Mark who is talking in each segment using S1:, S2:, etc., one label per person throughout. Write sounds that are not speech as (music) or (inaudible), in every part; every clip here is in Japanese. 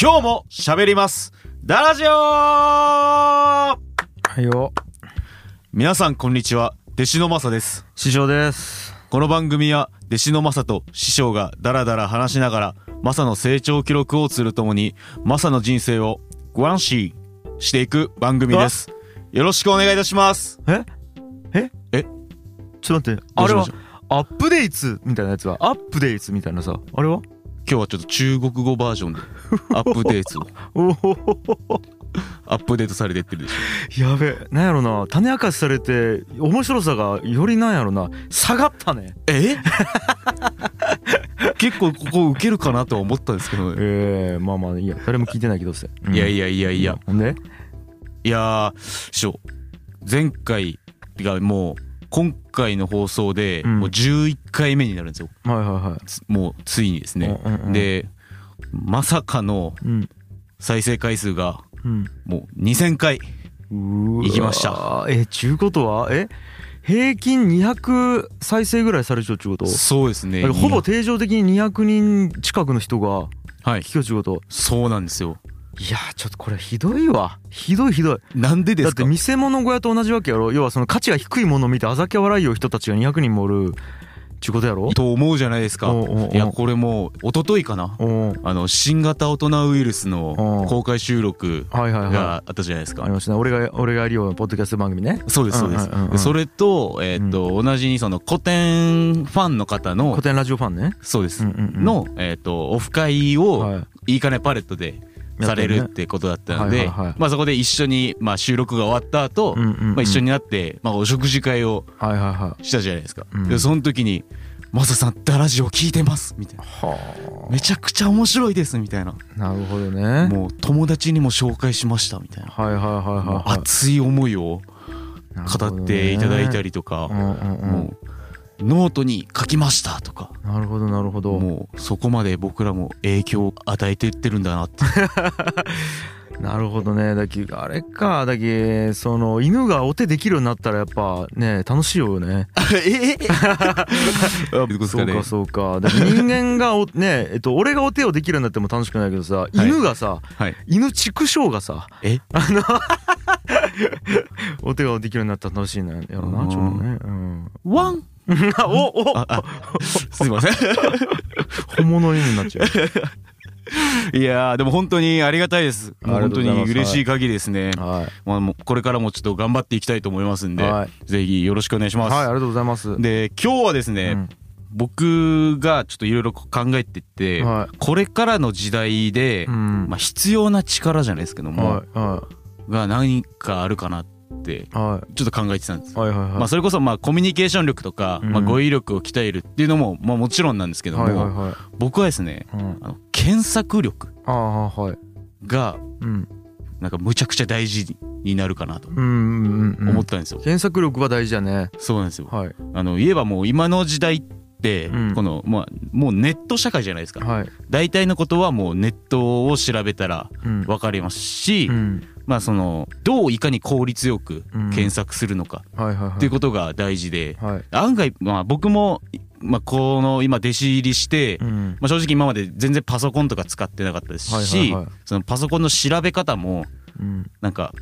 S1: 今日も喋りますダラジオ
S2: はいよ
S1: 皆さんこんにちは弟子のマサです
S2: 師匠です
S1: この番組は弟子のマサと師匠がダラダラ話しながらマサの成長記録をするともにマサの人生をご安心していく番組ですよろしくお願いいたします
S2: ええ
S1: え
S2: ちょっと待って
S1: ど
S2: あ
S1: うし
S2: れ
S1: ま
S2: は
S1: しょう
S2: アップデートみたいなやつはアップデートみたいなさあれは
S1: 今日はちょっと中国語バージョンでアップデートを
S2: おお
S1: アップデートされてってるでしょ
S2: やべえなんやろな種明かしされて面白さがよりなんやろな下がったね
S1: え (laughs) 結構ここ受けるかなとは思ったんですけどね
S2: ええまあまあいいや誰も聞いてないけどせ、
S1: いやい
S2: や
S1: やいやいや
S2: ほんで
S1: いやー師匠前回がもう今回の放送で
S2: うん
S1: もう11回目になるんですよ、
S2: はいはいは
S1: つもうついにです
S2: い、
S1: ね、
S2: うんうんうん
S1: でまさかの
S2: うん
S1: 再生回数が
S2: うん
S1: もう2,000回
S2: うーわー
S1: 行きました
S2: えちゅうことはえ平均200再生ぐらいされちゃうっちゅうこと
S1: そうです
S2: だか
S1: ね
S2: らほぼ定常的に200人近くの人が
S1: はい
S2: 聞くっちゅうこと
S1: そうなんですよ
S2: いやちょっとこれひどいわひどいひどい
S1: なんでで
S2: だっ
S1: すか
S2: て見せ物小屋と同じわけやろ要はその価値が低いものを見てあざけ笑いよう人たちが200人もおるっちゅうことやろ
S1: と思うじゃないですか
S2: おうおうおう
S1: いやこれもう一昨日かな
S2: おー
S1: あの新型大人ウイルスの
S2: うん
S1: 公開収録
S2: はいはいは
S1: があったじゃないです
S2: い
S1: か
S2: あり。ましたね俺が俺がやるようなポッドキャスト番組ね
S1: そうですそうです
S2: うんうんうんう。ん
S1: でそれとえーっと同じにその古典ファンの方の
S2: 古典ラジオファンね
S1: そうです
S2: うんうんうん
S1: のえーっとオフ会を
S2: はい
S1: いいかねパレットでされるってことだったの
S2: やって
S1: で
S2: るねはいはいはい、
S1: まあそこで一緒にまあ収録が終わった後、
S2: うんうんうん
S1: まあ一緒になってまあお食事会を
S2: はいはいは
S1: したじゃないですか
S2: う。ん。
S1: でその時にマサさんダラジオ聞いてますみたいない
S2: は
S1: めちゃくちゃ面白いですみたいな。
S2: あなるほどねはい
S1: もう友達にも紹介しましたみたいな。
S2: はいはい
S1: もう
S2: はいはい
S1: 熱い思いを
S2: なるほどね
S1: 語っていただいたりとか、
S2: うんうんうん
S1: もうノートに書きましたとか、
S2: なるほどなるほど
S1: もうそこまで僕らも影響を与えていってるんだなって。
S2: なるほどねだきあれかだきその犬がお手できるようになったらやっぱね楽しいよね
S1: (laughs) (laughs) ええ
S2: そうかそうかだから人間がおねえっと俺がお手をできるようになっても楽しくないけど
S1: (laughs)
S2: さ犬がさ、
S1: はい。
S2: 犬畜生がさ
S1: え
S2: お手ができるようになったら楽しいなやろ
S1: う
S2: なんちょっとねうん (laughs)
S1: ワン
S2: あおお
S1: ああすいませ (laughs) ん。
S2: 本物の犬になっちゃう
S1: (laughs) いやーでも本当にありがたいです。もう
S2: あ
S1: 本
S2: りがと
S1: 当
S2: うござい
S1: に
S2: ます
S1: 嬉しい限りですね。
S2: は
S1: まあもうこれからもちょっと頑張っていきたいと思いますん
S2: い
S1: で、
S2: はい、はい、
S1: ぜひよろしくお願いします。
S2: ありがとうございます
S1: で今日はです
S2: う
S1: ね、
S2: ん
S1: 僕がちょっといろいろ考えてって、
S2: はい
S1: これからの時代で、
S2: うん
S1: まあ、必要な力じゃないですけども、
S2: はいは
S1: が何かあるかなって
S2: いはい
S1: ちょっと考えてたんです。
S2: はいはいはい
S1: まあ、それこそまあコミュニケーション力とか、
S2: うん
S1: まあ、語彙力を鍛えるっていうのも、まあ、もちろんなんですけども、
S2: はいはいはい
S1: 僕はですね
S2: うん
S1: あの検索力
S2: ああはい
S1: が
S2: うん
S1: なんかむちゃくちゃ大事になるかなと
S2: うんうんうん
S1: 思ったんですよ。
S2: 検索力は大事だね
S1: そうなんですよ
S2: はい
S1: あの言えばもう今の時代って、
S2: うん
S1: この、まあ、もうネット社会じゃないですか、
S2: はい
S1: 大体のことはもうネットを調べたら
S2: うん
S1: 分かりますし、
S2: うん
S1: まあそのどういかに効率よく
S2: うん
S1: 検索するのか
S2: はいはいはい
S1: っていうことが大事で、
S2: はい
S1: 案外まあ僕も、まあ、この今弟子入りして、
S2: うん
S1: まあ、正直今まで全然パソコンとか使ってなかったですし、
S2: はいはいはい
S1: そのパソコンの調べ方も
S2: うん
S1: なんか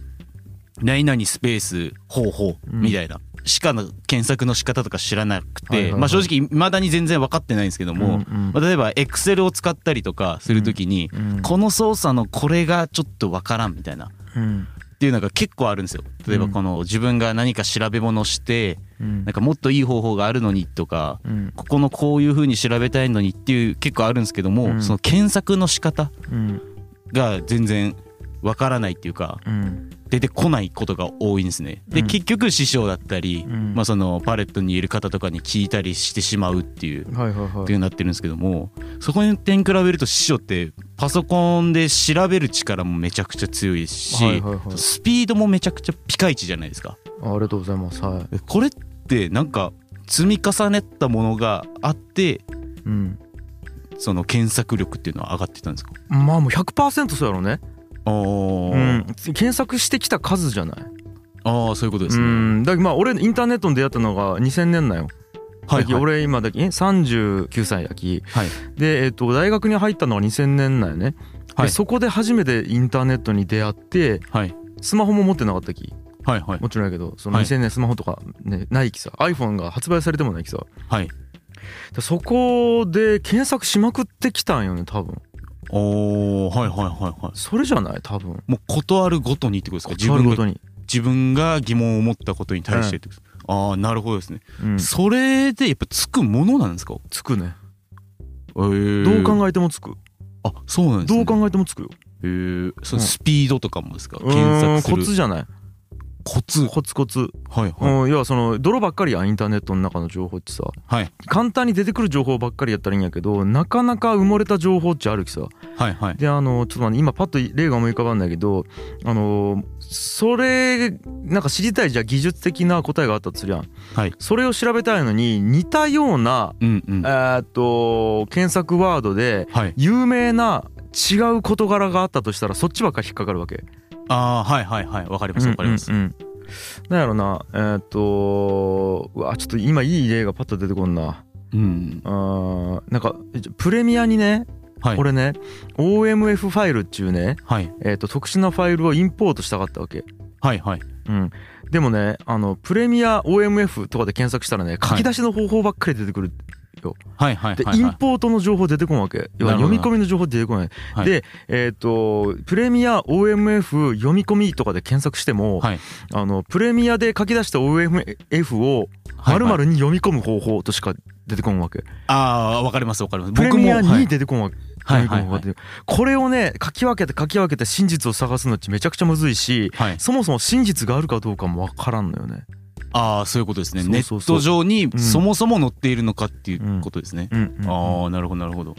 S1: 何々スペース方法みたいな、しかの検索の仕方とか知らなくて、
S2: はいはいはい
S1: まあ、正直いまだに全然分かってないんですけども、
S2: うんうん
S1: まあ、例えば Excel を使ったりとかするときに、
S2: うん
S1: この操作のこれがちょっと分からんみたいなっ
S2: うん
S1: ていうのが結構あるんですよ。例えば
S2: うん
S1: この自分が何か調べ物をして
S2: うん
S1: なんかもっといい方法があるのにとか
S2: うん
S1: ここのこういう風に調べたいのにっていう結構あるんですけども、
S2: うん
S1: その検索の仕方
S2: うん
S1: が全然分からないっていうか
S2: うん
S1: 出てこないことが多いんですね。で、
S2: うん
S1: 結局師匠だったり、
S2: うん
S1: まあ、そのパレットにいる方とかに聞いたりしてしまうっていう
S2: はいはいは
S1: っ
S2: い
S1: ていうなってるんですけどもそこに点比べると師匠ってパソコンで調べる力もめちゃくちゃ強いですし、
S2: はいはいはい
S1: スピードもめちゃくちゃピカイチじゃないですか
S2: あありがとうございますはい
S1: これってなんか積み重ねたものがあって
S2: うん
S1: その検索力っていうのは上がってたんですか
S2: まあもう100%そうやろうね
S1: おー、
S2: うん検索してきた数じゃない
S1: ああそういうことで
S2: う
S1: すね、
S2: んだけどまあ俺インターネットに出会ったのが2000年なんよ
S1: はい
S2: だけど
S1: はい
S2: 俺今だけ39歳やき
S1: はい
S2: でえっと大学に入ったのが2000年なんよね
S1: はい
S2: でそこで初めてインターネットに出会って
S1: はい
S2: スマホも持ってなかったき
S1: はいはい
S2: もちろんやけどその
S1: はい
S2: 2000年スマホとか、ねないきさ iPhone が発売されてもないきさ
S1: はい
S2: でそこで検索しまくってきたんよね多分
S1: おーはいはいはいはい
S2: それじゃない多分
S1: もう事あるごとにってことですか自
S2: 断る
S1: 分
S2: ご
S1: が
S2: とに、
S1: 自分が疑問を持ったことに対してってことです、ああなるほどですね、
S2: うん、
S1: それでやっぱつくものなんですか
S2: つくね
S1: えー
S2: どう考えてもつく
S1: あそうなんです
S2: ど
S1: ね
S2: う考えてもつくよ
S1: えー、その
S2: うん
S1: スピードとかもですか、
S2: うーん
S1: 検
S2: コ
S1: 索す
S2: ツ
S1: る
S2: じゃない
S1: コツ
S2: コツコツ
S1: はいはい、
S2: うん要はその泥ばっかりやんインターネットの中の情報ってさ
S1: はい
S2: 簡単に出てくる情報ばっかりやったらいいんやけどなかなか埋もれた情報っちゃあるきさ
S1: はいはい
S2: であのちょっと待って今パッと例が思い浮かばんだけどあのそれなんか知りたいじゃあ技術的な答えがあったとすりゃん、
S1: はい
S2: それを調べたいのに似たような、
S1: うんうん
S2: えーっと検索ワードで
S1: はい
S2: 有名な違う事柄があったとしたらそっちばっかり引っかかるわけ。
S1: ああはいはいはいわかりますわかります、
S2: うんうんうんなんやろなえーっとうわちょっと今いい例がパッと出てこんな
S1: うん
S2: あーなんかプレミアにね、
S1: はい
S2: 俺ね OMF ファイルっちゅうね
S1: はい
S2: えー、と特殊なファイルをインポートしたかったわけ、
S1: はいはい
S2: うん、でもねあのプレミア OMF とかで検索したらね
S1: はい
S2: 書き出しの方法ばっかり出てくる、
S1: はいはい
S2: で、
S1: はい
S2: イ
S1: は
S2: ン
S1: い
S2: ポートの情報出てこんわけ要は
S1: なるほ
S2: 読
S1: ど
S2: み込みの情報出てこない、
S1: はい
S2: で、えー、とプレミア OMF 読み込みとかで検索しても、
S1: はい
S2: あのプレミアで書き出した OMF を丸々に読み込む方法としか出てこんわけ、
S1: ああわかりますわかります
S2: プレ
S1: 僕も
S2: ミア
S1: は
S2: に
S1: い
S2: 出てこんわけ、
S1: はいはいはい
S2: 読み込む方法が出てこれをね書き分けて書き分けて真実を探すのってめちゃくちゃむずいし、
S1: はい
S2: そもそも真実があるかどうかもわからんのよね。
S1: ああそういうことですね
S2: そうそうそ
S1: ネ
S2: う
S1: ット上に
S2: ん
S1: そもそも載っているのかっていうことですね、
S2: うん
S1: ああなるほどなるほど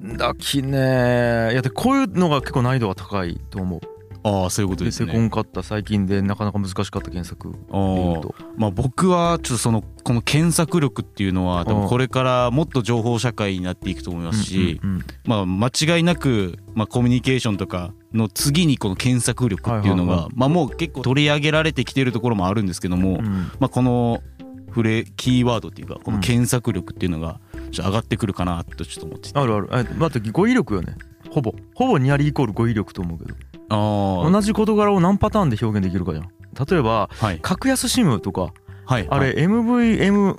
S2: だきねいやでこういうのが結構難易度が高いと思う。
S1: ああそういうことで
S2: 出
S1: す
S2: てこ
S1: ね
S2: んかった最近でなかなか難しかった検索で
S1: あ
S2: 言
S1: あ
S2: うと。
S1: まあ、僕はちょっとそのこの検索力っていうのは多
S2: うん
S1: 分これからもっと情報社会になっていくと思いますし、
S2: うんうんうん
S1: まあ、間違いなく、まあ、コミュニケーションとかの次にこの検索力っていうの
S2: はいは
S1: が
S2: い
S1: まあもう結構取り上げられてきてるところもあるんですけども、
S2: うん
S1: まあ、このフレキーワードっていうかこ
S2: う
S1: の
S2: ん
S1: 検索力っていうのがちょっと上がってくるかなとちょっと思ってて
S2: あるある。え待って語彙力よね。ほぼほぼニアリイコール語彙力と思うけど
S1: あー
S2: 同じ事柄を何パターンで表現できるかじゃん例えば
S1: はい
S2: 格安シムとか
S1: はい
S2: あ
S1: は
S2: れ
S1: い
S2: MVMOO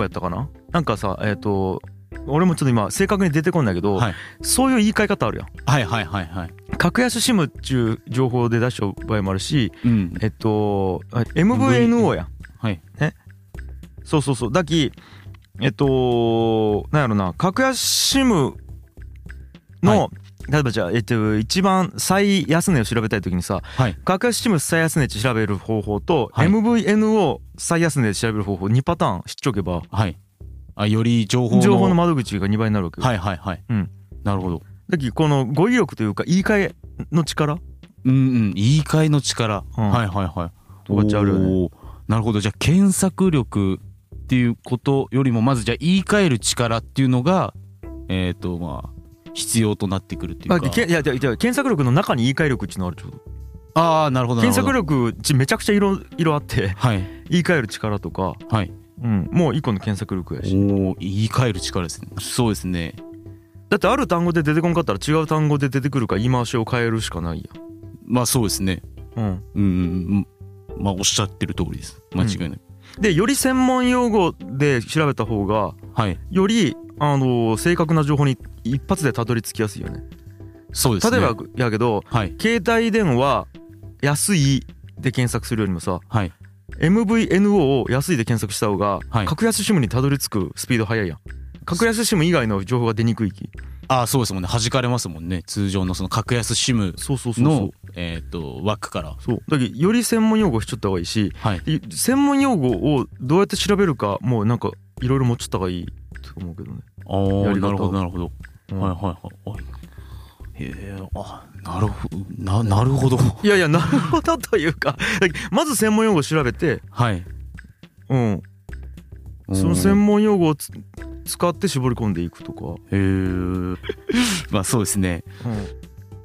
S2: やったかななんかさえっと俺もちょっと今正確に出てこんだけど
S1: はい
S2: そういう言い換え方あるやん
S1: はいはいはいはい
S2: 格安 SIM っちゅう情報で出しちゃう場合もあるし
S1: うん
S2: えっとあ MVNO や
S1: はい
S2: そうそうそうだきえっとなんやろな格安 SIM の、例えばじゃあ、えっと、一番最安値を調べたい時にさ、
S1: はい
S2: 格安 SIM 最安値調べる方法と、
S1: はい
S2: MVNO 最安値調べる方法2パターン知っちゃおけば
S1: はいあより情報の
S2: 情報の窓口が2倍になるわけよ、
S1: はいはいはい、
S2: うん
S1: なるほど
S2: だきこの語彙力というか言い換えの力
S1: うんうん言い換えの力、
S2: うん
S1: はいはいはい
S2: とかっちゃあるよね
S1: おーなるほどじゃあ検索力っていうことよりもまずじゃあ言い換える力っていうのがえっ、とまあ必要となってくるっていう
S2: あ
S1: か
S2: けいやいやいや検索力の中に言い換え力っていうのあるちょうど
S1: ああなるほどなる
S2: 検
S1: ほど
S2: 索力ちめちゃくちゃ色色あって (laughs)
S1: はい
S2: 言い換える力とか、
S1: はい
S2: うん、もう一個の検索力やし
S1: おお言い換える力ですねそうですね
S2: だってある単語で出てこんかったら違う単語で出てくるから言い回しを変えるしかない
S1: まあそうですね
S2: やん、うん、
S1: うんうんうんまあおっしゃってる通りです間違いない、
S2: でより専門用語で調べた方が
S1: はい
S2: よりあのー正確な情報に一発でたどり着きやすいよね
S1: そうですね
S2: 例えばやけど
S1: はい
S2: 携帯電話安いで検索するよりもさ
S1: はい
S2: MVNO を安いで検索した方が
S1: はい
S2: 格安 SIM にたどり着くスピード速いやん格安 SIM 以外の情報が出にくいき
S1: ああそうですもんね弾かれますもんね通常のその格安 SIM
S2: そうそうそうそう
S1: のえっ、と枠から
S2: そうだけどより専門用語しちゃった方がいいし
S1: はい
S2: い専門用語をどうやって調べるかもうなんかいろいろ持っちゃった方がいいと思うけどね、
S1: ああ
S2: や
S1: な
S2: り方
S1: るほどなるほど、
S2: うん
S1: はいはいはいへえあなるほどななるほど
S2: いやいやなるほどというか (laughs) だけどまず専門用語を調べて、
S1: (laughs) (laughs) はい
S2: うん、その
S1: へ
S2: 専門用語をつ使って絞り込んでいくとか、
S1: え (laughs) まあそうですね
S2: うん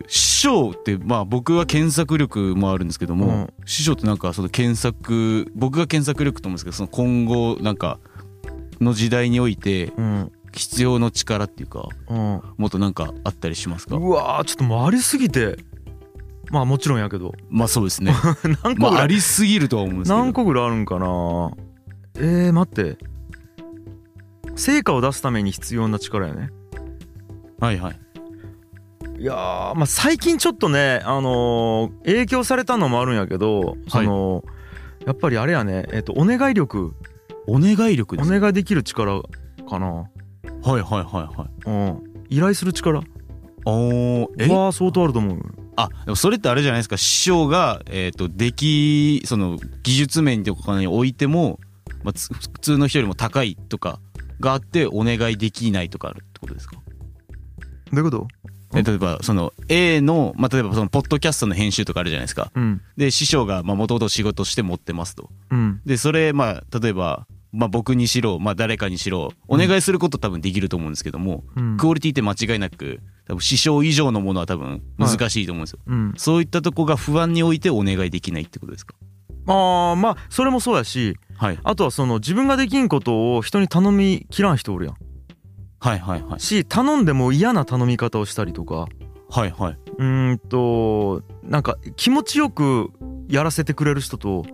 S1: 師匠ってまあ僕は検索力もあるんですけども、
S2: うん
S1: 師匠ってなんかその検索僕が検索力と思うんですけどその今後なんかの時代において
S2: うん、
S1: 必要の力っていうか
S2: うん、
S1: もっとなんかあったりしますか
S2: うわーちょっと回りすぎてまあもちろんやけど (laughs)
S1: まあそうです (laughs) ねま
S2: 何個ぐ
S1: あ
S2: ら
S1: あ
S2: い、
S1: りすぎるとは思うんですけど
S2: 何個ぐらいあるんかなえー、待って成果を出すために必要な力やね
S1: はいはい
S2: いやーまあ最近ちょっとねあのー影響されたのもあるんやけどその、やっぱりあれやねえっ、とお願い力
S1: お願い力
S2: お
S1: ですね
S2: 願いできる力かな
S1: はいはいはいはい
S2: うん依頼する力
S1: おーえ
S2: は相当あると思う
S1: あでもそれってあれじゃないですか師匠が、えー、とできその技術面とかにおいても、まあ、つ普通の人よりも高いとかがあってお願いできないとかあるってことですか、
S2: どういうこと
S1: え例えばその A の、まあ、例えばそのポッドキャストの編集とかあるじゃないですか
S2: うん
S1: で師匠がもともと仕事して持ってますと
S2: うん
S1: でそれまあ例えば、まあ、僕にしろ、まあ、誰かにしろお願いすること多分できると思うんですけども、
S2: うん
S1: クオリティって間違いなく多分師匠以上のものは多分難しいと思うんですよ
S2: うん
S1: そういったとこが不安においてお願いできないってことですか
S2: あーまあそれもそうやし
S1: はい
S2: あとはその自分ができんことを人に頼みきらん人おるやん
S1: はいはいはい
S2: し頼んでも嫌な頼み方をしたりとか
S1: はいはいう
S2: ーんとなんか気持ちよくやらせてくれる人と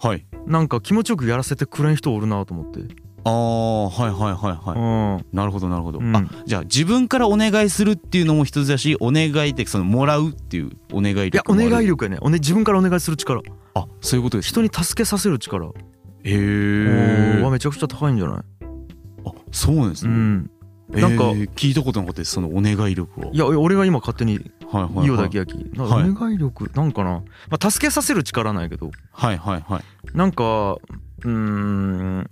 S1: はい
S2: なんか気持ちよくやらせてくれん人おるなと思って、
S1: あーはいはいはいはい、なるほどなるほど、
S2: うん
S1: あじゃあ自分からお願いするっていうのも一つだしお願いってそのもらうっていうお願い
S2: いや
S1: 力
S2: お
S1: もある
S2: 願い力やねおね自分からお願いする力
S1: あそういうことです
S2: 人に助けさせる力
S1: へ
S2: うんは
S1: え
S2: めちゃくちゃ高いんじゃない
S1: あそうなんです
S2: う
S1: ね、
S2: ん
S1: えー
S2: なんか
S1: 聞いたことなかったですそのお願い力を
S2: いや俺が今勝手に
S1: はいはいはい
S2: 言おうだけやきなんか
S1: はい
S2: お願い力なんかなまあ助けさせる力なんやけど
S1: はいはいはい
S2: なんかうーん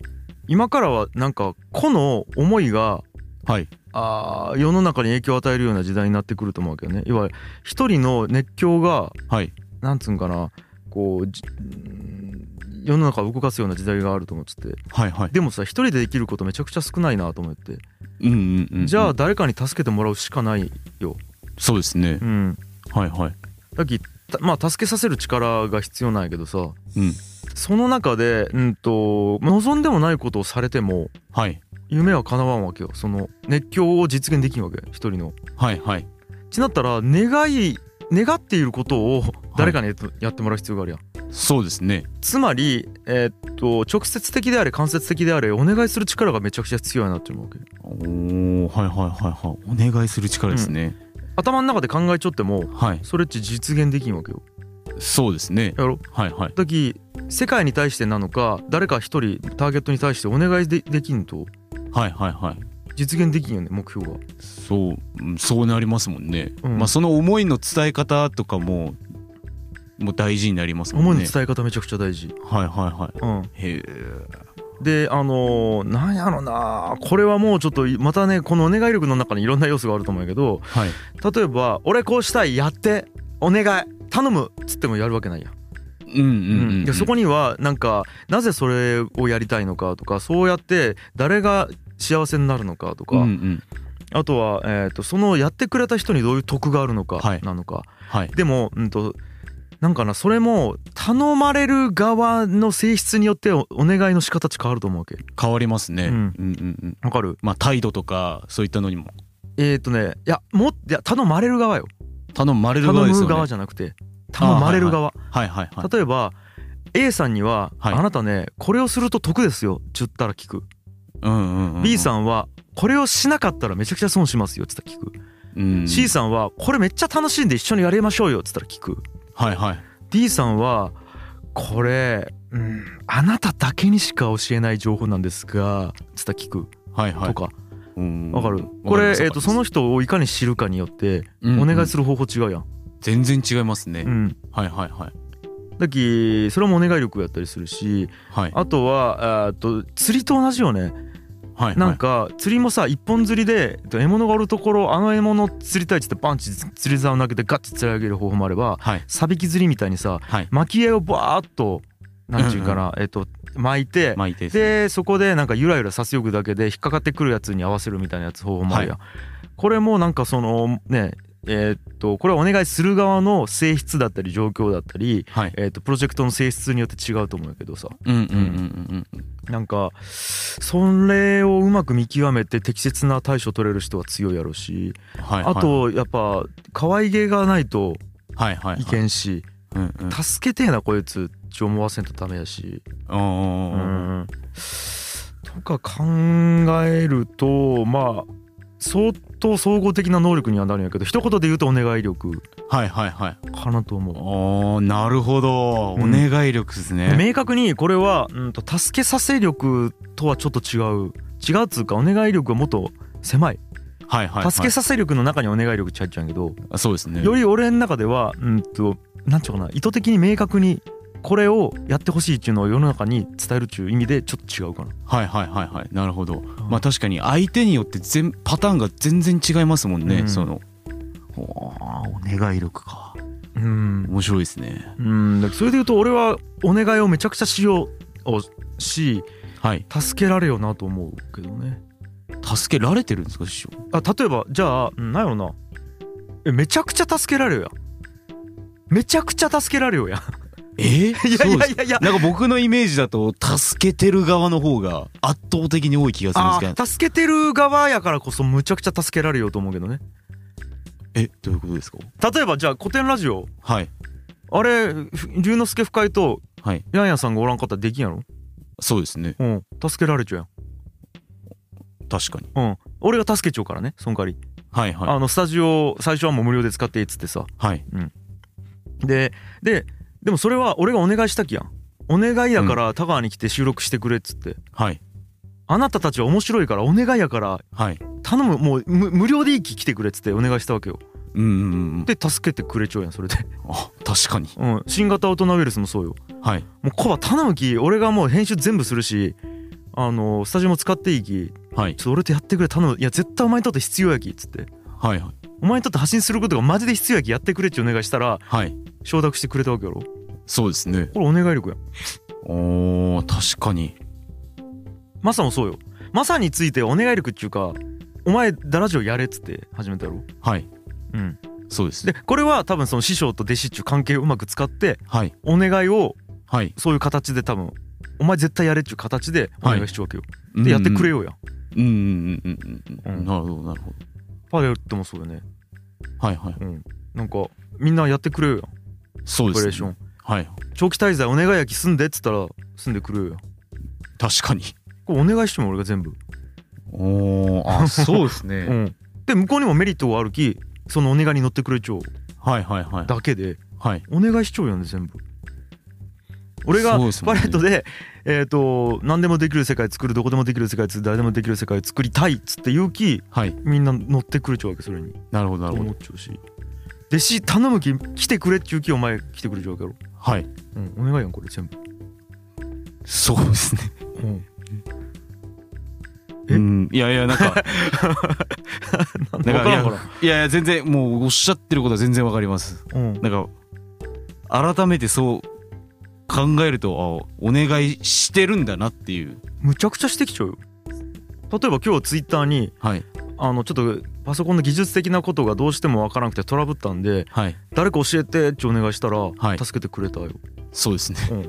S2: 今からはなんか個の思いが
S1: はい
S2: あー世の中に影響を与えるような時代になってくると思うけどねいわゆる一人の熱狂が
S1: はい
S2: なんつうんかなこうじうーん世の中を動かすような時代があると思ってて
S1: はいはい
S2: でもさ一人でできることめちゃくちゃ少ないなと思って
S1: うんうんうんうん
S2: じゃあ誰かに助けてもらうしかない
S1: そうですね
S2: うん
S1: はいはい
S2: だっきたまあ助けさせる力が必要なんやけどさ
S1: うん
S2: その中でうんと望んでもないことをされても
S1: はい
S2: 夢は叶わんわけよその熱狂を実現できんわけ一人の
S1: はいはい
S2: ちなったら願い願っていることを誰かにやっやってもらう必要があるやん、
S1: そうですね
S2: つまりえーっと直接的であれ間接的であれお願いする力がめちゃくちゃ強いなって思うわけ
S1: おーはいはいはいはいお願いする力ですね、
S2: 頭の中で考えちょっても
S1: はい
S2: それっち実現できんわけよ
S1: そうですね
S2: やろ
S1: はいはい
S2: だき世界に対してなのか誰か一人ターゲットに対してお願いでできんと
S1: はいはいはい
S2: 実現できんよね目標が
S1: そううんそうなりますもんね、
S2: うん
S1: まあその思いの伝え方とかももう大事になりますも
S2: 思い
S1: ん
S2: の
S1: ね
S2: 伝え方めちゃくちゃ大事
S1: はいはいはい
S2: うん
S1: へえ
S2: であのーなんやろなこれはもうちょっとまたねこのお願い力の中にいろんな要素があると思うんやけど
S1: はい
S2: 例えば「俺こうしたいやってお願い頼む」っつってもやるわけないや、
S1: うんうんうん、うん、
S2: でそこにはなんかなぜそれをやりたいのかとかそうやって誰が幸せになるのかとか、
S1: うんうん
S2: あとは、えー、とそのやってくれた人にどういう得があるのか
S1: はい
S2: なのか、
S1: はい
S2: でも、うんとなんかなそれも頼まれる側の性質によっておお願いの仕方って変わると思うわけ
S1: 変わりますね、
S2: うん
S1: うんうんうん
S2: わかる
S1: まあ態度とかそういったのにも
S2: えっ、とねいやもっいや頼まれる側よ
S1: 頼まれる
S2: 頼
S1: 側です
S2: む
S1: よね
S2: 側じゃなくて頼まれる側、
S1: はいはいはい
S2: 例えば A さんには、
S1: はい
S2: あなたねこれをすると得ですよ」ちゅったら聞く、
S1: うんうん、うん、
S2: B さ
S1: ん、
S2: んは「これをしなかったらめちゃくちゃ損しますよ」っつったら聞く、
S1: うん、
S2: C さんは「これめっちゃ楽しんで一緒にやりましょうよ」っつったら聞く
S1: はいはい
S2: D さんは「これ、うん、あなただけにしか教えない情報なんですが」っつったら聞く
S1: はいはい
S2: とか、
S1: うん
S2: わかる
S1: わります
S2: これ、え
S1: わ
S2: ー、
S1: かりま
S2: と
S1: す
S2: その人をいかに知るかによって
S1: うんうん
S2: お願いする方法違うやん、
S1: 全然違いますね、
S2: うん、
S1: はいはいはい
S2: だきそれもお願い力やったりするし
S1: はい
S2: あとはえーっと釣りと同じよね
S1: はい
S2: なんか釣りもさ一本釣りでえっと獲物がおるところあの獲物を釣りたいっつってバンチ釣り竿投げてガッチ釣り上げる方法もあれば
S1: はい
S2: サビキ釣りみたいにさ
S1: はい
S2: 巻き餌をバーッとなんていうかなえっと巻いて
S1: 巻いてですね
S2: でそこでなんかゆらゆらさすよくだけで引っかかってくるやつに合わせるみたいなやつ方法もあるやんこれもなんかそのねえーっとこれはお願いする側の性質だったり状況だったり、
S1: はい
S2: えーっとプロジェクトの性質によって違うと思うんやけどさ
S1: うんうんうん
S2: なんかそれをうまく見極めて適切な対処取れる人は強いやろうし、
S1: うんはい
S2: あとやっぱ可愛げがないと
S1: はいはいはい
S2: いけんし、
S1: うんうん
S2: 助けてえなこいつって思わせんとダメやし、
S1: うんう
S2: う
S1: んうん
S2: ん、とか考えるとまあ相当総合的な能力にはなるんやけど一言で言うとお願い力
S1: はいはいはい
S2: かなと思う。
S1: おーなるほどお
S2: うん
S1: 願い力ですね
S2: 明確にこれは、うん、と助けさせ力とはちょっと違う違うっつうかお願い力はもっと狭い
S1: はいはいはい
S2: 助けさせ力の中にお願い力ちゃっちゃうんやけど
S1: あそうですね
S2: より俺の中ではうんとなんちゅうかな意図的に明確にこれをやってほしいっていうのを世の中に伝えるっていう意味でちょっと違うかな。
S1: はいはいはいはいなるほどまあ確かに相手によって全パターンが全然違いますもんね、
S2: うん
S1: そのおーお願い力か
S2: うん、
S1: 面白いですね
S2: うん、だからそれで言うと俺はお願いをめちゃくちゃしようをし
S1: はい
S2: 助けられよなと思うけどね。
S1: 助けられてるんですか師匠
S2: あ例えばじゃあうんなんやろなえめちゃくちゃ助けられるやめちゃくちゃ助けられよや
S1: えー、
S2: いや
S1: そうで
S2: いや
S1: す
S2: いやいや
S1: なんか僕のイメージだと助けてる側の方が圧倒的に多い気がするん
S2: あ
S1: ですけど
S2: ー助けてる側やからこそむちゃくちゃ助けられよと思うけどね
S1: えどういうことですか
S2: 例えばじゃあ古典ラジオ
S1: はい
S2: あれふ龍之介深井と
S1: はい
S2: ヤンヤンさんがおらんかったらできんやろ
S1: そうですね
S2: うん助けられちゃう
S1: 確かに
S2: やんうん俺が助けちゃうからねその代わり、
S1: はいはい
S2: あのスタジオ最初はもう無料で使っていいっつってさ
S1: はい
S2: でででもそれは俺がお願いしたきやんお願いやから田川に来て収録してくれっつって、
S1: はい
S2: あなたたちは面白いからお願いやから
S1: はい
S2: 頼むもう無無料でいいき来てくれっつってお願いしたわけよ
S1: うんうんうん
S2: で助けてくれちゃうやんそれで、
S1: あ確かに
S2: うん、新型オトナウイルスもそうよ
S1: はい
S2: もうコバ頼むき俺がもう編集全部するしあのスタジオも使っていいき
S1: はい
S2: ちょっと俺とやってくれ頼むいや絶対お前にとって必要やきっつって
S1: はいはい
S2: お前にとって発信することがマジで必要やきやってくれってお願いしたら
S1: はい
S2: 承諾してくれたわけやろ
S1: そうですね
S2: これお願い力やん
S1: おー確かに
S2: マサもそうよマサについてお願い力っちゅうかお前ダラジオやれっつって始めたやろ
S1: はい
S2: うん
S1: そうです
S2: でこれは多分その師匠と弟子っちゅう関係をうまく使って
S1: はい
S2: お願いを
S1: はい
S2: そういう形で多分お前絶対やれっちゅう形でお願いしちゃうわけよ、
S1: うん
S2: でやってくれようやん
S1: うんうんうんうんう
S2: うんん
S1: なるほどなるほど
S2: パレットもそうよね
S1: はいはい
S2: うんなんかみんなやってくれよやん
S1: そう
S2: オペレ
S1: で
S2: ーシ
S1: す
S2: ョ
S1: ね
S2: ン
S1: はい
S2: 長期滞在お願いやき住んでっつったら住んでくれよやん
S1: 確かに
S2: これお願いしても俺が全部
S1: おー
S2: (laughs)
S1: あそうです
S2: う
S1: ね
S2: んで向こうにもメリットがあるきそのお願いに乗ってくれちょう
S1: はいはいはい
S2: だけで
S1: はい
S2: お願いしちゃうやんね全部俺が
S1: そうですも
S2: パ
S1: んね
S2: レットでえっと何でもできる世界作るどこでもできる世界作る誰でもできる世界作りたいっつって言うき
S1: はい
S2: みんな乗ってくれちゃうわけそれに
S1: なるほどなるほ
S2: 思
S1: ど
S2: っちゃうし弟子頼むき来てくれっちゅうきお前来てくれちゃうわけやろ、
S1: はい
S2: うん、お願いやんこれ全部、
S1: そうですね
S2: うん、え
S1: うんいやいやなんか
S2: なん
S1: な
S2: か
S1: ん
S2: 分
S1: か
S2: からんか
S1: いやいや全然もうおっしゃってることは全然わかります
S2: ら、うん、
S1: なんか改めてそう考えるとあお願いしてるんだなっていう
S2: むちゃくちゃしてきちゃうよ例えば今日ツイッターに
S1: はい
S2: あのちょっとパソコンの技術的なことがどうしても分からなくてトラブったんで
S1: はい
S2: 誰か教えてってお願いしたら
S1: い
S2: 助けてくれたよ、
S1: そうですね
S2: うん、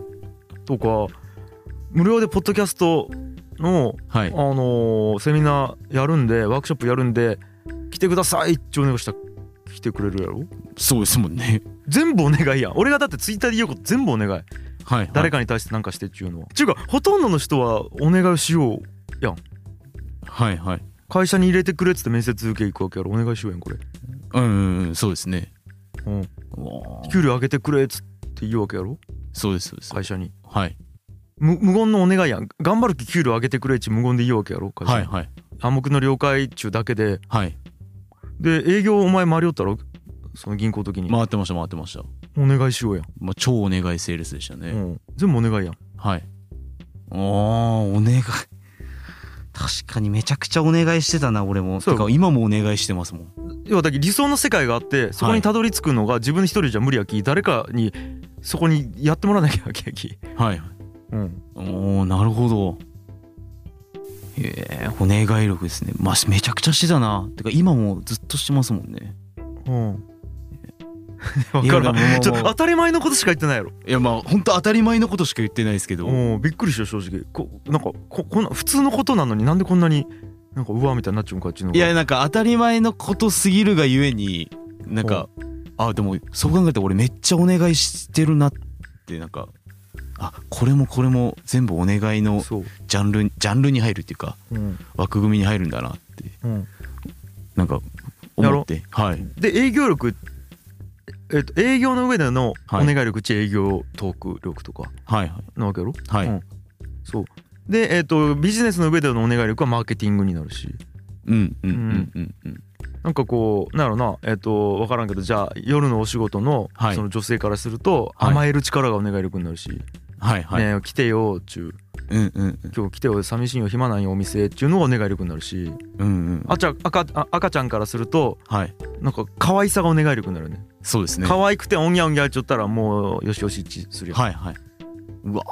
S2: とか無料でポッドキャストの、
S1: はい
S2: あのーセミナーやるんでワークショップやるんで来てくださいってお願いしたら来てくれるやろ
S1: そうですもんね
S2: 全部お願いやん俺がだってツイッターで言うこと全部お願い
S1: はい
S2: 誰かに対して何かしてっちゅうのはちゅうかほとんどの人はお願いをしよう
S1: はいはい
S2: 会社に入れてくれっつって面接受け行くわけやろお願いしようやんこれ
S1: うんうんうんそうですね
S2: うん
S1: うわー
S2: 給料上げてくれっつって言うわけやろ
S1: そうですそうです
S2: 会社に
S1: はい
S2: 無無言のお願いやん頑張る気給料上げてくれっち無言で言うわけやろ会社に、
S1: はいはい
S2: 暗黙の了解っちゅうだけで
S1: はい
S2: で営業お前回りよったろその銀行の時に、
S1: 回ってました回ってました
S2: お願いしようやん、
S1: まあ超お願いセールスでしたね、
S2: うん、全部お願いやん
S1: はいおーお願い確かにめちゃくちゃお願いしてたな俺も
S2: そう
S1: てか今もお願いしてますもん
S2: 要はだけ理想の世界があってそこにたどり着くのが自分一人じゃ無理やき誰かにそこにやってもらわなきゃいけやき、
S1: はい
S2: うん、
S1: おおなるほどへえお願い力ですねまあめちゃくちゃしてたなてか今もずっとしてますもんね
S2: うん
S1: わ
S2: い (laughs) や
S1: かる
S2: でも
S1: な
S2: ちょ
S1: ちょ
S2: 当たり前のことしか言ってないやろ
S1: いやまあ本当当たり前のことしか言ってないですけど、
S2: うんびっくりした正直こなんかここんな普通のことなのになんでこんなになんかうわみたいになっちゃうんかっちゅうのが
S1: いやなんか当たり前のことすぎるがゆえになんかあでもそう考えたら俺めっちゃお願いしてるなってなんかあこれもこれも全部お願いの
S2: そう
S1: ジャンルジャンルに入るっていうか
S2: うん
S1: 枠組みに入るんだなって
S2: うん
S1: なんか思ってはい
S2: で営業力えっと営業の上でのお
S1: はい
S2: 願い力ち営業トーク力とか
S1: はいはい
S2: なわけやろ
S1: はい、
S2: うんそうでえっとビジネスの上でのお願い力はマーケティングになるし
S1: うんうんうんうんうん
S2: なんかこうなんやろなえっと分からんけどじゃあ夜のお仕事の
S1: はい
S2: その女性からすると
S1: はい
S2: 甘える力がお願い力になるし
S1: はい
S2: 「
S1: はい、
S2: ねえ来てよ」っちゅ
S1: う
S2: う
S1: んうんうん
S2: 「今日来てよ寂しいよ暇ないよお店」っちゅうのがお願い力になるし
S1: うんうん
S2: あちゃ赤あ赤ちゃんからすると
S1: はい
S2: なんか可愛さがお願い力になるよね
S1: そうですねは
S2: 可愛くておんぎゃおんぎゃやっちゃったらもうよしよし一致する
S1: い
S2: やん
S1: はいうわ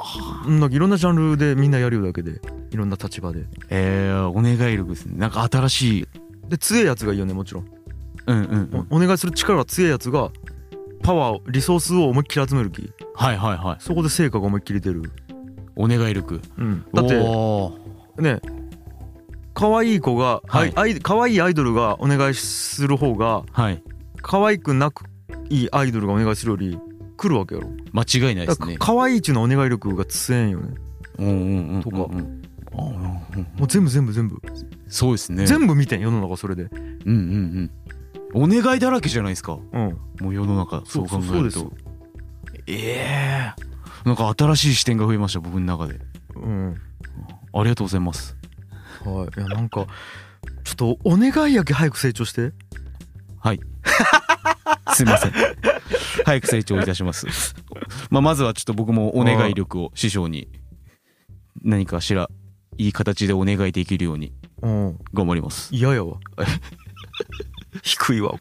S2: なんかいろんなジャンルでみんなやるよだけでいろんな立場で
S1: えー、お願い力ですねなんか新しい
S2: で強いやつがいいよねもちろん
S1: うんうん、うん、
S2: おお願いする力が強いやつがパワーをリソースを思いっきり集める気
S1: はいはいはい
S2: そこで成果が思いっきり出る、
S1: お願い力
S2: うん、だって
S1: お
S2: ね可愛い子が、
S1: は
S2: はいい、アイ可愛いアイドルがお願いする方が
S1: ーはい
S2: 可愛くなくいいアイドルがお願いするより来るわけやろ
S1: 間違いないで
S2: だ
S1: す
S2: から
S1: ね
S2: 可愛いっちゅうのはお願い力が強いんよね
S1: うんうんうんうん
S2: とか
S1: うんあーうんうん
S2: もう全部全部全部、
S1: そうですね
S2: 全部見てん世の中それで
S1: うんうんうんお願いだらけじゃないですか
S2: うん
S1: もう世の中そう考え
S2: そうで
S1: る
S2: すよ
S1: とええー、なんか新しい視点が増えました僕の中で
S2: うん
S1: ありがとうございます
S2: はい、いやなんかちょっとお願いやけ早く成長して
S1: すいません早く成長いたしますまあまずはちょっと僕もお願い力を師匠に何かしらいい形でお願いできるように
S2: うん
S1: 頑張ります
S2: 嫌やわ
S1: (laughs)
S2: 低いわ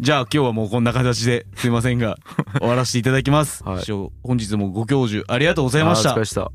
S1: じゃあ今日はもうこんな形ですいませんが終わらせていただきます、
S2: はい
S1: 師匠本日もご教授ありがとうございまし
S2: あーお
S1: た
S2: 疲れした